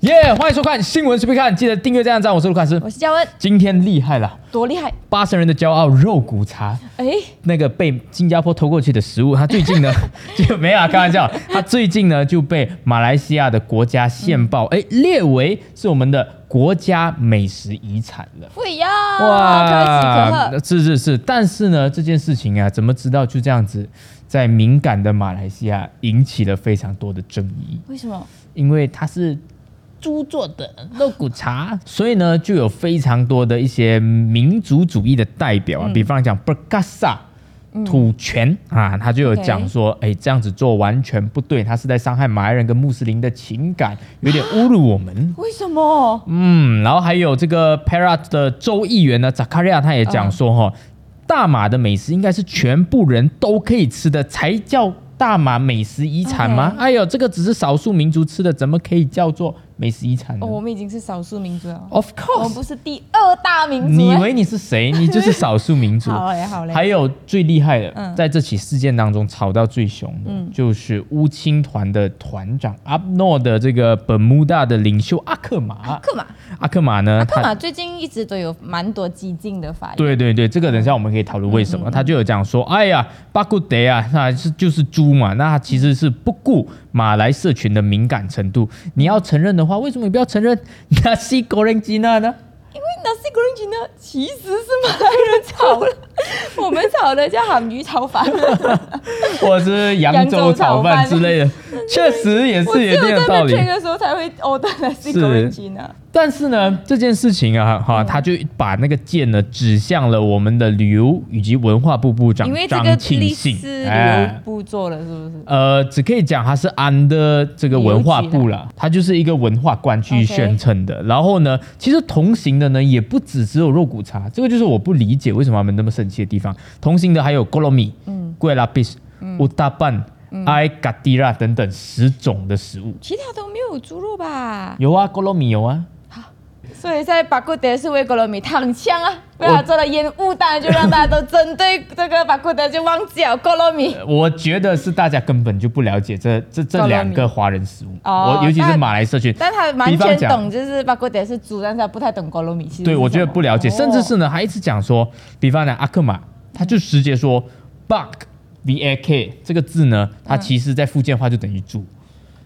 耶欢迎收看新闻随便看，记得订阅这样赞，我是卢卡斯我。是嘉文，今天厉害了，多厉害！八成人的骄傲肉骨茶，哎，那个被新加坡偷过去的食物，它最近呢 就没有啊，开玩笑，它最近呢就被马来西亚的国家宪报哎、列为是我们的国家美食遗产了。会呀，可喜可贺。是是是，但是呢，这件事情啊，怎么知道就这样子，在敏感的马来西亚引起了非常多的争议，为什么？因为它是猪做的肉骨茶， 所以呢，就有非常多的一些民族主义的代表啊，比方讲 b e r g a s a 土权啊，他就有 OK 讲说，哎、这样子做完全不对，他是在伤害马来人跟穆斯林的情感，有点侮辱我们。为什么？嗯，然后还有这个 Parat 的州议员呢，Zakaria 他也讲嗯说哈、大马的美食应该是全部人都可以吃的，才叫大马美食遗产吗 OK 哎呦，这个只是少数民族吃的，怎么可以叫做美食遗产呢、哦，我们已经是少数民族了， o f 哦 我们 course，不是第二大民族。你以哎为你是谁？你就是少数民族。 好嘞，好嘞。还有最厉害的，嗯在这起事件当中吵到最凶的，就是乌青团的团长阿诺的这个本穆大的领袖阿克马。克马，阿克马呢？克他啊马最近一直都有蛮多激进的发言。对对对，这个等一下我们可以讨论为什嗯么。他就有讲说，哎呀，巴古德啊，那是就是猪嘛，那他其实是不顾马来社群的敏感程度。你要承认的话，为什么你不要承认那西国人吉娜 呢？因为 nasi goreng c i n 其实是马来人炒的，我们炒的叫韩鱼炒 饭。或者是扬州炒饭之类的，确实也是我只有有点在道理 Matrix。的时候才会 order nasi 是 goreng c i n 但是呢，这件事情啊，哈、嗯他就把那个箭呢指向了我们的旅游以及文化部部长因为这个张庆历信，史哎留不做了，是不是？呃，只可以讲它是 under 这个文化部啦，它就是一个文化官去 OK 宣称的。然后呢，其实同行的呢也不只只有肉骨茶，这个就是我不理解为什么他们那么生气的地方。同行的还有 g o l o m i 嗯、贵拉 bis、乌达半、埃嘎迪拉等等十种的食物。其他都没有猪肉吧？有啊 g o l o m i 有啊，所以在巴库德是为格罗米躺枪哦啊，为了做了烟雾弹，就让大家都针对这个巴库德就忘记了格罗米。我觉得是大家根本就不了解这这这 Golomi 两个华人食物，哦我尤其是但马来社区。但他比完方全讲懂，就是巴库德是猪，但是他不太懂格罗米。其实嗯对，是我觉得什么哦不了解，甚至是呢，还一直讲说，比方讲阿克玛，他就直接说 “bug v a k” 这个字呢，它其实在福建话就等于猪，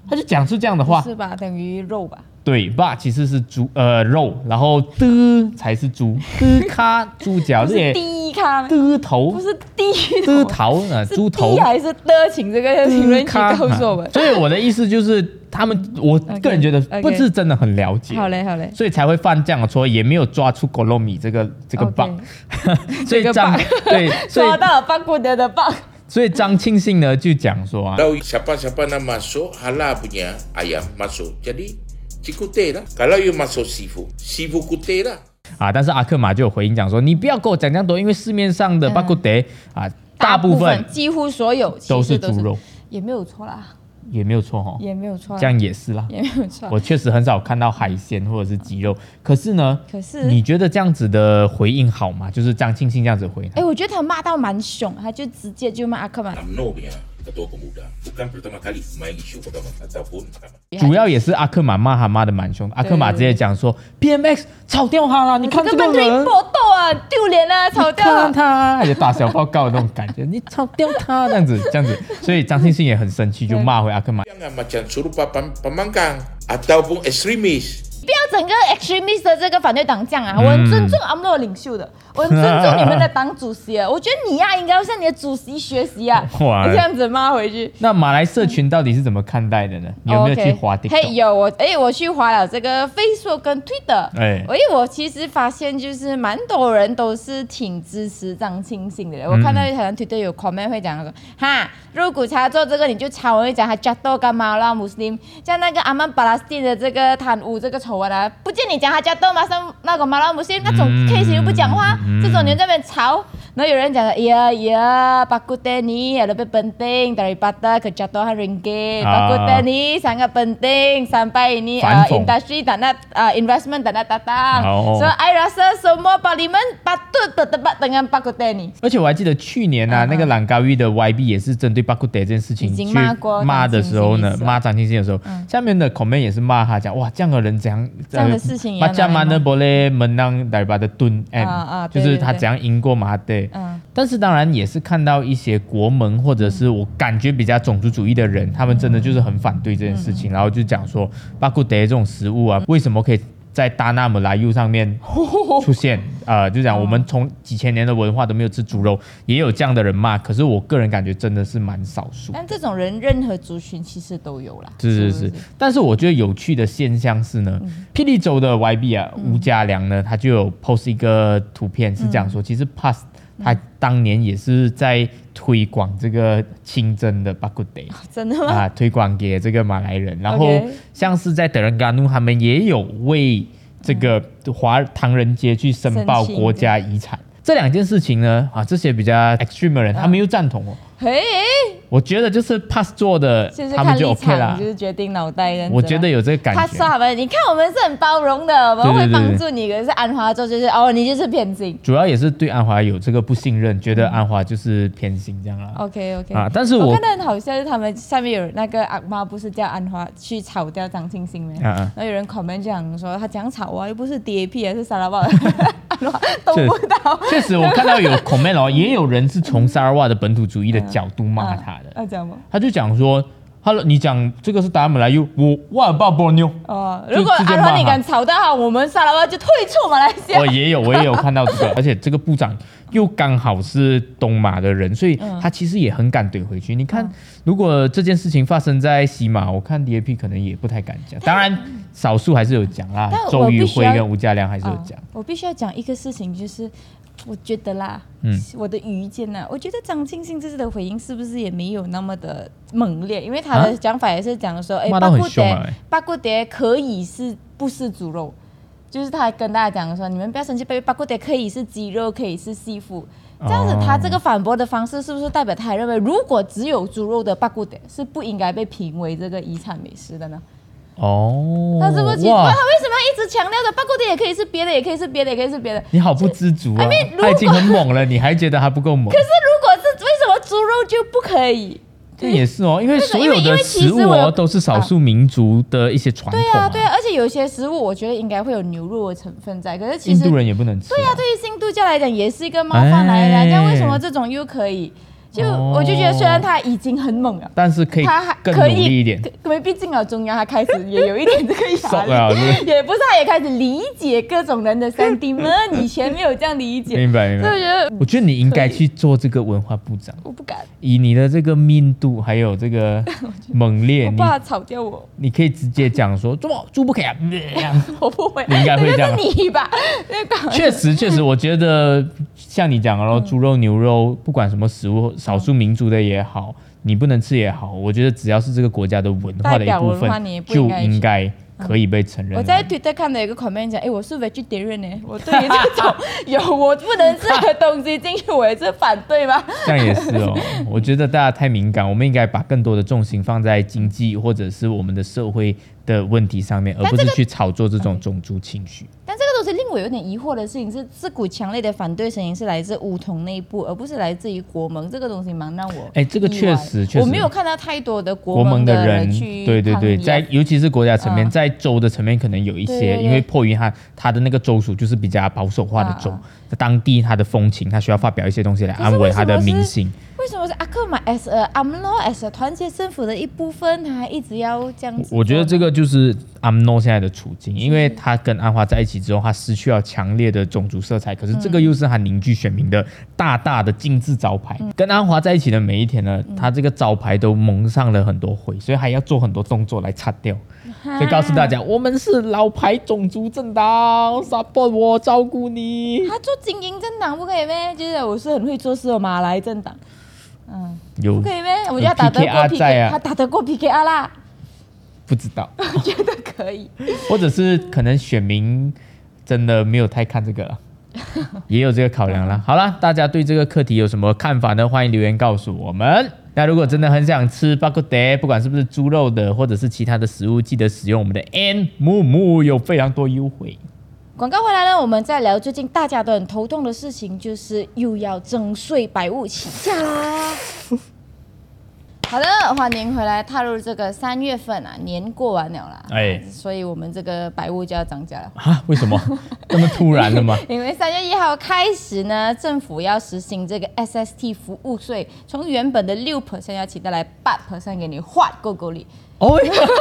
他就讲出这样的哦话不，是吧？等于肉吧？对，bug 其实是猪呃肉，然后的才是猪，的咖猪脚，不这是也低咖吗，的不头是低的头啊，是猪头低。还是的？请这个评论区咖告诉我们。所以我的意思就是，他们我个人觉 得 OK，OK 不是真的很了解，好嘞，好嘞。所以才会犯这样的错，也没有抓出 g o l o m i 这个这个 OK bug。所 以这个张 bug 对，所以抓到了巴库德的棒，所以张庆信呢就讲说啊， Kalau siapa-siapa nak masuk, halal punya ayam masuk. Jadi, cikuteh lah. Kalau you masuk seafood, seafood kuteh lah. 啊，但是阿克马就有回应讲说，你不要跟我讲这样多，因为市面上嗯的巴古德啊，大部分几乎所有其实都都是猪肉，，也没有错啦，也没有错哈，也没有错啦，这样也是啦。也没有错。我确实很少看到海鲜或者是鸡肉，可是呢，可是你觉得这样子的回应好吗？就是张庆信这样子回哎、他，我觉得他骂到蛮凶，他就直接就骂阿克曼， UMNO punya ketua pemuda. Bukan pertama kali main isu pertama ataupun pertama. 哎主要也是阿克马骂他妈的蛮凶，阿克马直接讲说 B M X 炒掉他啦，你看这这个本人对。搏斗啊，丢脸啊，炒掉看了。他，也打小报告的那种感觉，你炒掉他这样子，这样子，所以张庆信也很生气，就骂回阿克马。 Jangan macam serupa pam- pemangkang ataupun ekstremis. 不要整个 extremist 的这个反对党这样嗯啊！我很尊重阿诺领袖的，我很尊重你们的党主席啊！我觉得你呀、应该要向你的主席学习啊！ 哇这样子骂回去。那马来社群到底是怎么看待的呢？你有没有去滑 o t k 哦嘿，有我，哎，我去滑了这个 Facebook 跟 Twitter，哎哎，我其实发现就是蛮多人都是挺支持张清醒的。我嗯看到好像 Twitter 有 comment 会讲说，哈，肉骨茶做这个你就抄，我就讲他 Jato 干嘛啦，Muslim，像那个阿曼巴拉斯汀的这个贪污这个丑闻啊，嗯不见你讲他 Jato 马上那个马拉 Muslim 那种 case 又不讲话，这种你在那边吵， Nah, ada orang cakap, ya, ya, pakute ni lebih penting daripada kejatuhan ringgit. Ah. Pakute ni sangat penting sampai ini uh, Fanfong. industri tak nak, uh, investment tak nak datang. Oh. So, I rasa semua parlimen patut berdebat dengan pakute ni. 而且我还记得去年啊，那个朗高玉的 YB 也是针对巴库德这件事情嗯已经去骂过骂张的清时候新呢一，次骂张清新的时候，下面的 comment 也是骂他讲哇，这样的人怎样嗯这样的事情也马要拿加来骂马呢伯勒门当达巴的盾 M，啊啊就对是对他对怎样赢过马德。嗯但是当然也是看到一些国门或者是我感觉比较种族主义的人，他们真的就是很反对这件事情，然后就讲说巴库德这种食物啊，为什么可以在达纳姆拉尤上面出现？呃，就讲我们从几千年的文化都没有吃猪肉，也有这样的人骂，可是我个人感觉真的是蛮少数。但这种人，任何族群其实都有啦。是是不是，但是我觉得有趣的现象是呢，嗯霹雳州的 YB 啊，吴家良呢，他就有 post 一个图片，嗯是这样说，其实 Pass 他当年也是在推广这个清真的巴古德真的吗？啊，推广给这个马来人，然后 OK 像是在德仁嘎努，他们也有为这个华唐人街去申报申请国家遗嗯产。这两件事情呢，啊，这些比较 extreme 的人，他们又赞同哦。嘿，我觉得就是 pass 做的就是，他看们就立 OK 啦场，就。是决定脑袋这样子啦。啊我觉得有这个感他说觉。他们，你看我们是很包容的，我们对对会对帮助你。可是安华州就是哦，你就是偏心。主要也是对安华有这个不信任，觉得安华就是偏心这样啦。 OK OK 啊但是我我看到很好笑，是他们下面有那个阿妈不是叫安华去炒掉张清新吗？啊啊然后有人 comment 这样说，他讲炒啊，又不是 DAP 还是沙拉巴，安华动不到。确实，我看到有 comment 哦，也有人是从萨尔瓦的本土主义的角度骂他的，要讲吗？他就讲说，Hello，你讲这个是达姆莱尤，我 What about Borneo？哦，就如果直接安骂华你他敢炒的话，我们沙拉巴就退出马来 西亚我。哦也有，我也有看到这个，而且这个部长又刚好是东马的人，所以他其实也很敢怼回去。你嗯看，如果这件事情发生在西马，我看 DAP 可能也不太敢讲，当然少数还是有讲啦但，我周玉必须辉要跟吴家良还是有啊讲。我必须要讲一个事情，就是我觉得啦，嗯我的愚见呐、我觉得张庆幸这次的回应是不是也没有那么的猛烈？因为他的啊讲法也是讲说，哎、骂到巴很固凶啊蝶哎，巴固蝶可以是不是猪肉？就是他跟大家讲说，你们不要生气，巴固蝶可以是鸡肉，可以是西服。这样子哦，他这个反驳的方式是不是代表他认为，如果只有猪肉的巴固蝶是不应该被评为这个遗产美食的呢？嗯哦，他是不是奇怪，哇他为什么要一直强调着八固点也可以是别的，也可以是别的，也可以是别的？可你好不知足啊 I mean，如！果他已经很猛了，你还觉得他不够猛？是如果是为什么猪肉就不可以？这也是哦，因为为什所么有因为因的为其食实物我哦有啊都是少数民族的一些传统对啊，对啊，啊，而且有一些食物我觉得应该会有牛肉的成分在，可是其印实度人也不能吃。对啊，对于印度教来讲也是一个冒犯来的啊，哎这样为什么这种又可以？就哦我就觉得虽然他已经很猛了。但是可以他还更可努以力一点。可因为毕竟啊，中央他开始也有一点这个 受压不了力，是也不是他也开始理解各种人 的 sentiment，以前没有这样理解，明白明所以我白。觉得我觉得你应该去做这个文化部长，我不敢。以你的这个命度还有这 个猛烈，我你爸炒掉我，你可以直接讲说 猪猪不可以啊。这样我不会。你应该会这样那个是你吧？那个确 实，确实，我觉得像你讲的嗯咯，猪肉、牛肉，不管什么食物，少数民族的也好，你不能吃也好，我觉得只要是这个国家的文化的一部代表文分化你也，不就应该嗯应该可以被承认。我在 Twitter 看到有一个 comment 讲，哎，我是 vegetarian 呢，我 对于这种有我不能吃的东西进去，我也是反对吧？ 这样也是哦，我觉得大家太敏感，我们应该把更多的重心放在经济或者是我们的社会的问题上面，而不是去炒作这种种族情绪。 但这个东西令我有点疑惑的事情是，这股强烈的反对声音是来自巫统内部，而不是来自于国盟。这个东西蛮让我哎这个意外确实确实我没有看到太多的国国盟的的人，去对对对，抗议啊啊在尤其是国家层面，嗯在州的层面可能有一些，对对对因为迫于它它的那个州属就是比较保守化的州，啊在当地它的风情，它需要发表一些东西来可是安为慰什它的么是民心。为什么是阿克玛 as a AMLO as a 团结政府的一部分，他还一直要这样子？我觉得这个就是 UMNO 现在的处境，因为他跟安华在一起之后，他失去了强烈的种族色彩，可是这个又是他凝聚选民的大大的金字招牌。跟安华在一起的每一天呢，他这个招牌都蒙上了很多灰，所以还要做很多动作来擦掉。所以告诉大家，我们是老牌种族政党，support 我，照顾你。他做精英政党不可以咩？就是我是很会做事的马来政党，有不可以咩？嗯我觉得他打得过 PKR 在 PK，啊他打得过 PKR 啦，不知道，我觉得可以。 或者是可能选民真的没有太看这个了。也有这个考量啦。好啦，大家对这个课题有什么看法呢？欢迎留言告诉我们。那如果真的很想吃巴古德，不管是不是猪肉的，或者是其他的食物，记得使用我们的 N 木木，有非常多优惠。广告回来呢，我们再聊最近大家都很头痛的事情，就是又要征税百物起 价啦。好的，欢迎回来，踏入这个三月份啊，年过完了啦，哎所以我们这个百物就要涨价了。啊？为什 么这么突然的吗？ 因为三月一号开始呢，政府要实行这个 SST 服务税，从原本的六 percent 要起到来八 percent 给你划勾勾里。哦，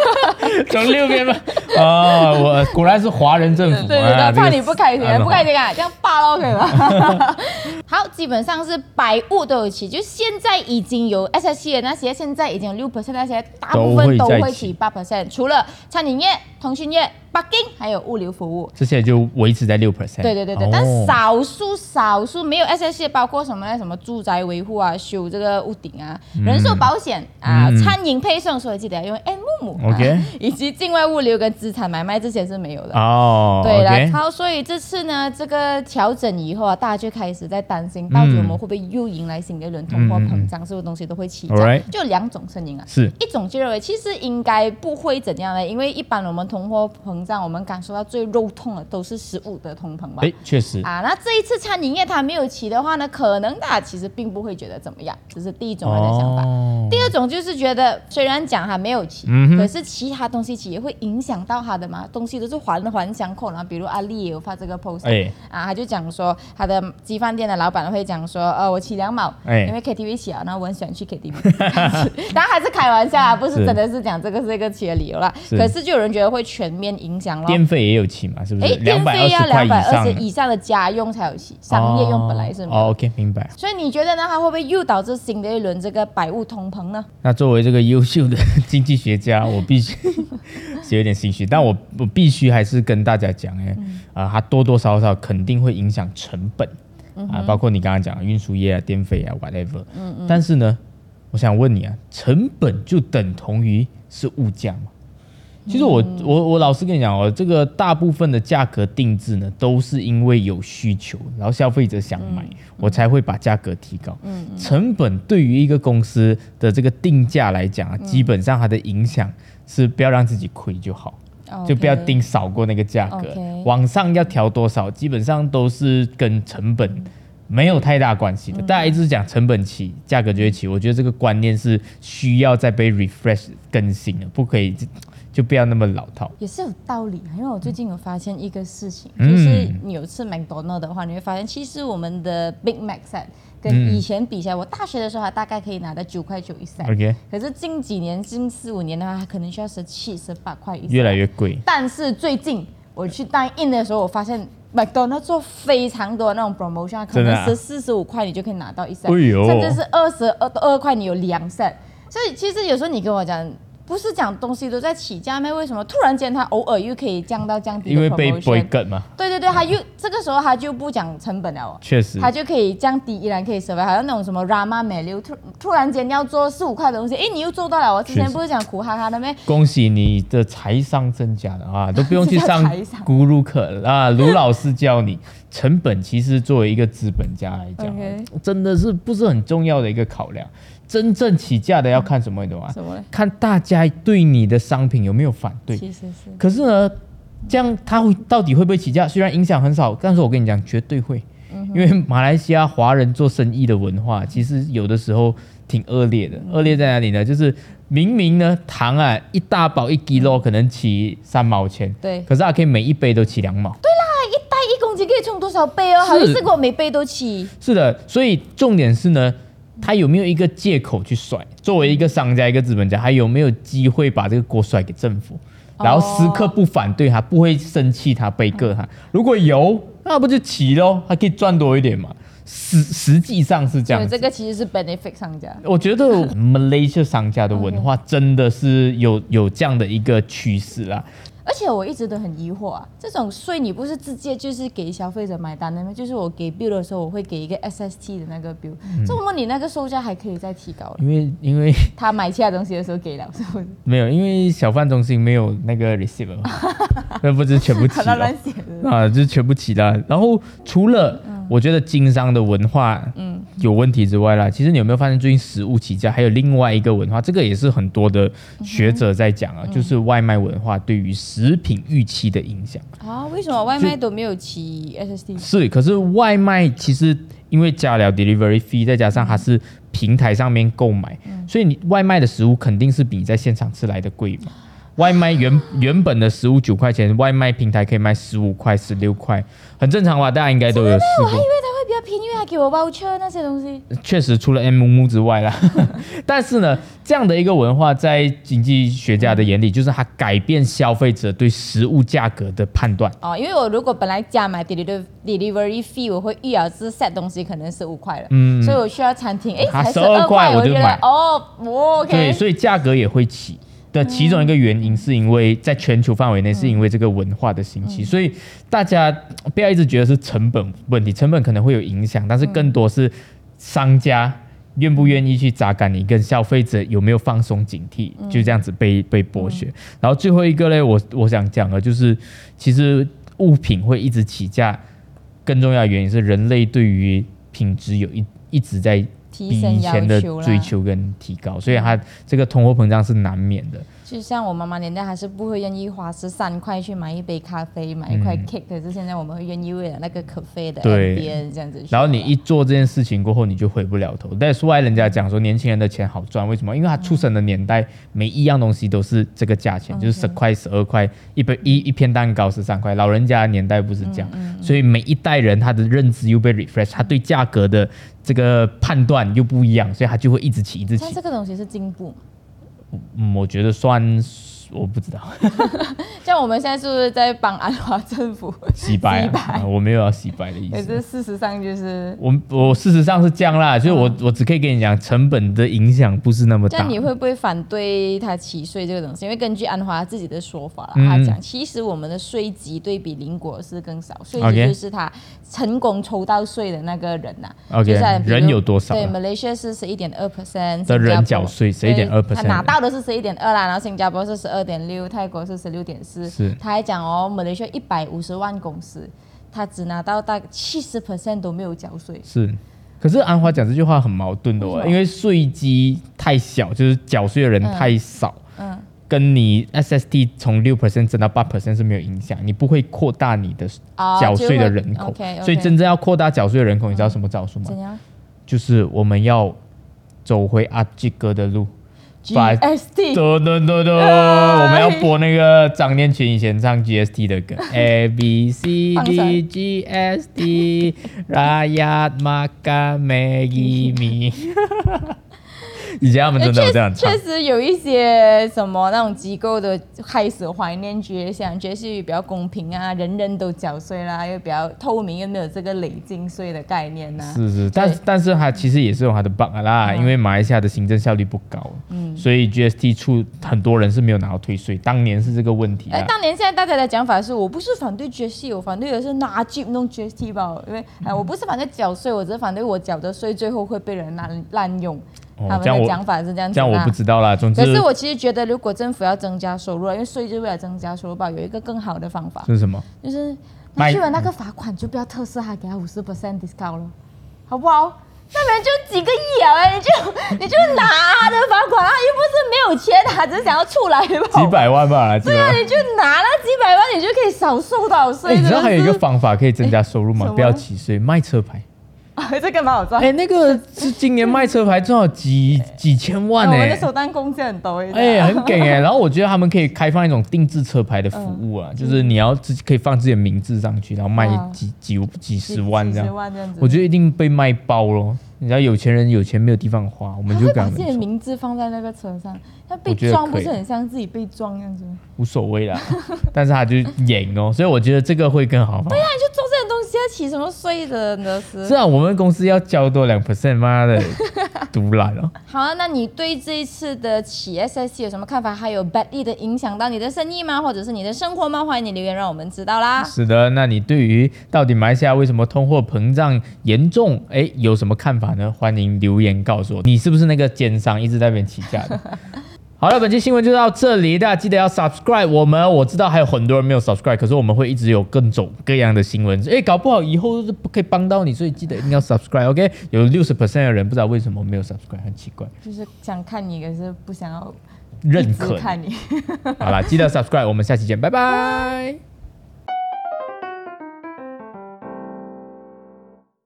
从六边吗？啊，我果然是华人政府对对啊！对，这怕个你不开心啊，不开心啊，这样罢了可以吗？ 好，基本上是百物都有起，就现在已经有 S S 的那些，现在已经有六 percent 那些，大部分都都会在会起起八 percent，除了餐饮业、通讯业、北京还有物流服务。这些就维持在六 percent。对对对对，哦但少数少数没有 S S 包括什么什么住宅维护啊、修这个屋顶啊、人寿保险啊、嗯餐饮配送，所以记得要用 N 木木 OK 啊， 以及境外物流跟资产买卖这些是没有的。哦，对啦， OK 然后所以这次呢，这个调整以后啊，大家就开始在担心，到底我们会不会又迎来新的一轮通货膨嗯胀，所有东西都会起价 Alright，就两种声音啊。是一种就认为其实应该不会怎样的，因为一般我们通货膨胀，我们感受到最肉痛的都是食物的通膨吧。哎，确实啊，那这一次餐饮业它没有起的话呢，可能大家其实并不会觉得怎么样，这是第一种人的想法。哦第二种就是觉得，虽然讲它没有起，嗯哼可是其他东西起也会影响到它的嘛，东西都是环环相扣。然后比如阿丽也有发这个 post，、哎啊，他就讲说他的鸡饭店的老板会讲说，呃，我起两毛，哎因为 KTV 起啊，然后我很喜欢去 KTV，当然还是开玩笑啊，不是是真的是讲这个是一个起的理由啦。是可是就有人觉得会全面影响咯。电费也有起嘛？是不哎是？，电嗯百费二要十块两百二十上，以上的家用才有起，商业用本来是没有。哦。OK，明白。所以你觉得呢？它会不会又导致新的一轮这个百物通膨呢？那作为这个优秀的经济学 家，我必须 是有点心虚，但我我必须还是跟大家讲，哎、嗯啊、它多多少少肯定会影响成本嗯啊，包括你刚刚讲的运输业啊、电费啊，whatever。嗯嗯。但是呢，我想问你啊，成本就等同于是物价吗？其实我、我我老实跟你讲哦，这个大部分的价格定制呢，都是因为有需求，然后消费者想买，我才会把价格提高。成本对于一个公司的这个定价来讲啊，基本上它的影响是不要让自己亏就好。就不要哦 OK 定少过那个价格 OK 往上要调多少，基本上都是跟成本没有太大关系嗯的。大家一直讲成本起，价格就会起，我觉得这个观念是需要再被 refresh 更新的，不可以就就不要那么老套。也是有道理，啊因为我最近有发现一个事情，嗯就是你有吃麦当劳的话，你会发现其实我们的 Big Mac set 跟嗯以前比起来，我大学的时候它大概可以拿到九块九一 set，、 OK，可是近几年近四五年的话，它可能需要十七十八块一 set，越来越贵。但是最近我去 dine in 的时候，我发现 McDonald 做非常多的那种 promotion，可真的能啊十四十五块你就可以拿到一 set，、哎呦甚至是二十二二块你有两 set。所以其实有时候你跟我讲，不是讲东西都在起价咩？为什么突然间它偶尔又可以降到降低因的为 promotion？被 boycott 嘛，对对对，它又这个时候它就不讲成本了哦。确实它就可以降低，依然可以 survive。好像那种什么 Rama 美流，突突然间要做四五块的东西，诶，你又做到了。哦我之前确实不是讲苦哈哈的咩？恭喜你的财商增加了 啊，都不用去上这叫财商咕噜课了 啊，卢老师教你，成本其实作为一个资本家来讲 OK 真的是不是很重要的一个考量。真正起价的要看什么，你懂吗？什么嘞看大家对你的商品有没有反对。其实是。可是呢，这样它会到底会不会起价？虽然影响很少，但是我跟你讲，绝对会。嗯因为马来西亚华人做生意的文化，其实有的时候挺恶劣嗯的。恶劣在哪里呢？就是明明呢糖啊一大包一 k i 可能起三毛钱，对可是它可以每一杯都起两毛。一袋一公斤可以冲多少倍哦？是好像试过每杯都起。是的，所以重点是呢，他有没有一个借口去甩？作为一个商家、一个资本家，他有没有机会把这个锅甩给政府？哦然后时刻不反对他，不会生气他、被个他。如果有，那不就齐喽？他可以赚多一点嘛。实实际上是这对，样这子。个其实是 benefit 商家。我 觉得嗯 Malaysia 商家的文化真的是有有这样的一个趋势啦。而且我一直都很疑惑啊，这种税你不是直接就是给消费者买单的吗？就是我给 bill 的时候，我会给一个 SST 的那个 bill，这嗯么你那个售价还可以再提高了。因为因为他买其他东西的时候给了， 是不是？没有，因为小贩中心没有那个 receipt，那 不是全部齐可能了乱。写的。啊，就是全部齐了。然后除了我觉得经商的文化有问题之外啦，其实你有没有发现最近食物起价还有另外一个文化，这个也是很多的学者在讲啊，就是外卖文化对于食品预期的影响。啊，为什么外卖都没有骑 SST？是，可是外卖其实因为加了 delivery fee，再加上它是平台上面购买，所以你外卖的食物肯定是比你在现场吃来的贵嘛。外卖原 原本的食物九块钱，外卖平台可以卖十五块、十六块，很正常吧？大家应该都有试我还以过。为他会比较便宜，因为他给我 voucher 那些东西。确实，除了 M 木之外啦， 但是呢，这样的一个文化在经济学家的眼里，就是它改变消费者对食物价格的判断。哦，因为我如果本来加买 delivery delivery fee，我会预料是 set 东西可能十五块了，嗯，所以我去到餐厅，哎，啊才12二块我我就觉得买哦，我对， OK，所以价格也会起的其中一个原因，是因为在全球范围内，是因为这个文化的兴起，所以大家呃不要一直觉得是成本问题，成本可能会有影响，但是更多是商家。愿不愿意去榨干你，跟消费者有没有放松警惕，就这样子被被剥削。然后最后一个呢，我我想讲的就是其实物品会一直起价，更重要的原因是人类对于品质有一一直在提比升以前的要求啦追求跟提高，所以它这个通货膨胀是难免的。就像我妈妈年代还是不会愿意花十三块去买一杯咖啡，买一块 cake，、可是现在我们会愿意为了那个咖啡的嗯对 n 这样子去花。然后你一做这件事情过后，你就回不了头。但是外人家讲说年轻人的钱好赚，为什么？因为他出生的年代每一样东西都是这个价哦钱，就是十块、十二块，一杯一一片蛋糕十三块。老人家的年代不是这样，嗯所以每一代人他的认知又被 refresh，他对价格的这个判断又不一样，所以他就会一直起，一直像起这。个东西是进步嘛，嗯，我觉得算我不知道。 像我们现在是不是在帮安华政 府洗白、洗啊啊我没有要洗白的意可思。是事实上就是，我我事实上是这样啦，就是我、我只可以跟你讲，成本的影响不是那么嗯这大。样你会不会反对他起税这个东西？因为根据安华自己的说法啦，嗯他讲其实我们的税级对比邻国是更少，税 OK 级就是他成功抽到税的那个人呐、 OK，就是他比如人有多少对啦，Malaysia 是十一点二 percent 的人缴税11.2%他拿到的是十一点二啦，然后新加坡是十二点六，泰国是十六点四是。他还讲哦，Malaysia 一百五十万公司，他只拿到大七十 percent 都没有缴税。是，可是安华讲这句话很矛盾的为哦什，么因为税基太小，就是缴税的人太少，嗯跟你 SST 从六 percent 增到八 percent 是没有影响，你不会扩大你的啊缴税的人口。就会，OK，OK 嗯所以真正要扩大缴税的人口，你知道什么招数吗？怎样就是我们要走回阿基哥的路。把 ？GST 嘟嘟嘟嘟，我们要播那个张念群以前唱 GST 的歌 ，A B C 放 D E 闪 G S T Rakyat Makan Maggi Mee 以前他 们真的有这样唱哎确，实有一些什么那种机构的开始怀念觉想觉得是比较公平啊，人人都缴税啦，又比较透明，又没有这个累进税的概念啊呐、是是，但对嗯但是它其实也是有它的 bug 啦，因为马来西亚的行政效率不高，所以 GST 处很多人是没有拿到退税，当年是这个问题哎，啊。当年现在大家的讲法是，我不是反对 GST，我反对的是拿 j 弄 GST 吧，因为哎，我不是反对缴税，我只是反对我缴的税最后会被人滥滥用。哦他们这样的我讲法是这样子这样我啦不知道啦，总之可是我其实觉得，如果政府要增加收入啊，因为税就是为了增加收入吧，有一个更好的方法，是什么？就是买他去了那个罚款就不要特斯拉给他五十 percent discount 了，好不好？那边就几个亿啊，你就 你就拿他的罚款啊，又不是没有钱啊，只是想要出来吧。几百万吧，几百对啊，万。你就拿那几百万，你就可以少收到税。哎，你知道真的还有一个 是方法可以增加收入哎什吗？么不要起税，卖车牌。啊，这个蛮好赚。哎，那个是今年卖车牌赚了几几千万哎我呢、们的首单工资很多一哎、点。很给 哎、然后我觉得他们可以开放一种定制车牌的服务嗯啊，就是你要自己可以放自己的名字上去，然后卖哇几几几十万这啊样几十。万嗯这样子。我觉得一定被卖爆咯。你知道有钱人有钱没有地方花，我们他就会跟把他自己们的说名字放在那个车上，他被我觉得撞不可以是很像自己被撞这样子吗？ 无所谓啦，但是他就演哦，所以我觉得这个会更好吧。那你就做这种东西啊，其起什么税的，真的是是。啊，我们公司要交多两 percent，妈 的，独揽哦。好啊，那你对这一次的起 SSC 有什么看法？还有 bad e 的影响到你的生意吗？或者是你的生活吗？欢迎你留言让我们知道啦。是的，那你对于到底马来西亚为什么通货膨胀严重，哎，有什么看法呢？欢迎留言告诉我，你是不是那个奸商一直在那边起价的？ 好了，本期新闻就到这里，大家记得要 subscribe 我们。我知道还有很多人没有 subscribe，可是我们会一直有各种各样的新闻，哎，搞不好以后是不可以帮到你，所以记得一定要 subscribe。OK，有六十 percent 的人不知道为什么没有 subscribe，很奇怪，就是想看你，可是不想要一认直可你。看你。好啦，记得 subscribe，我们下期见，拜拜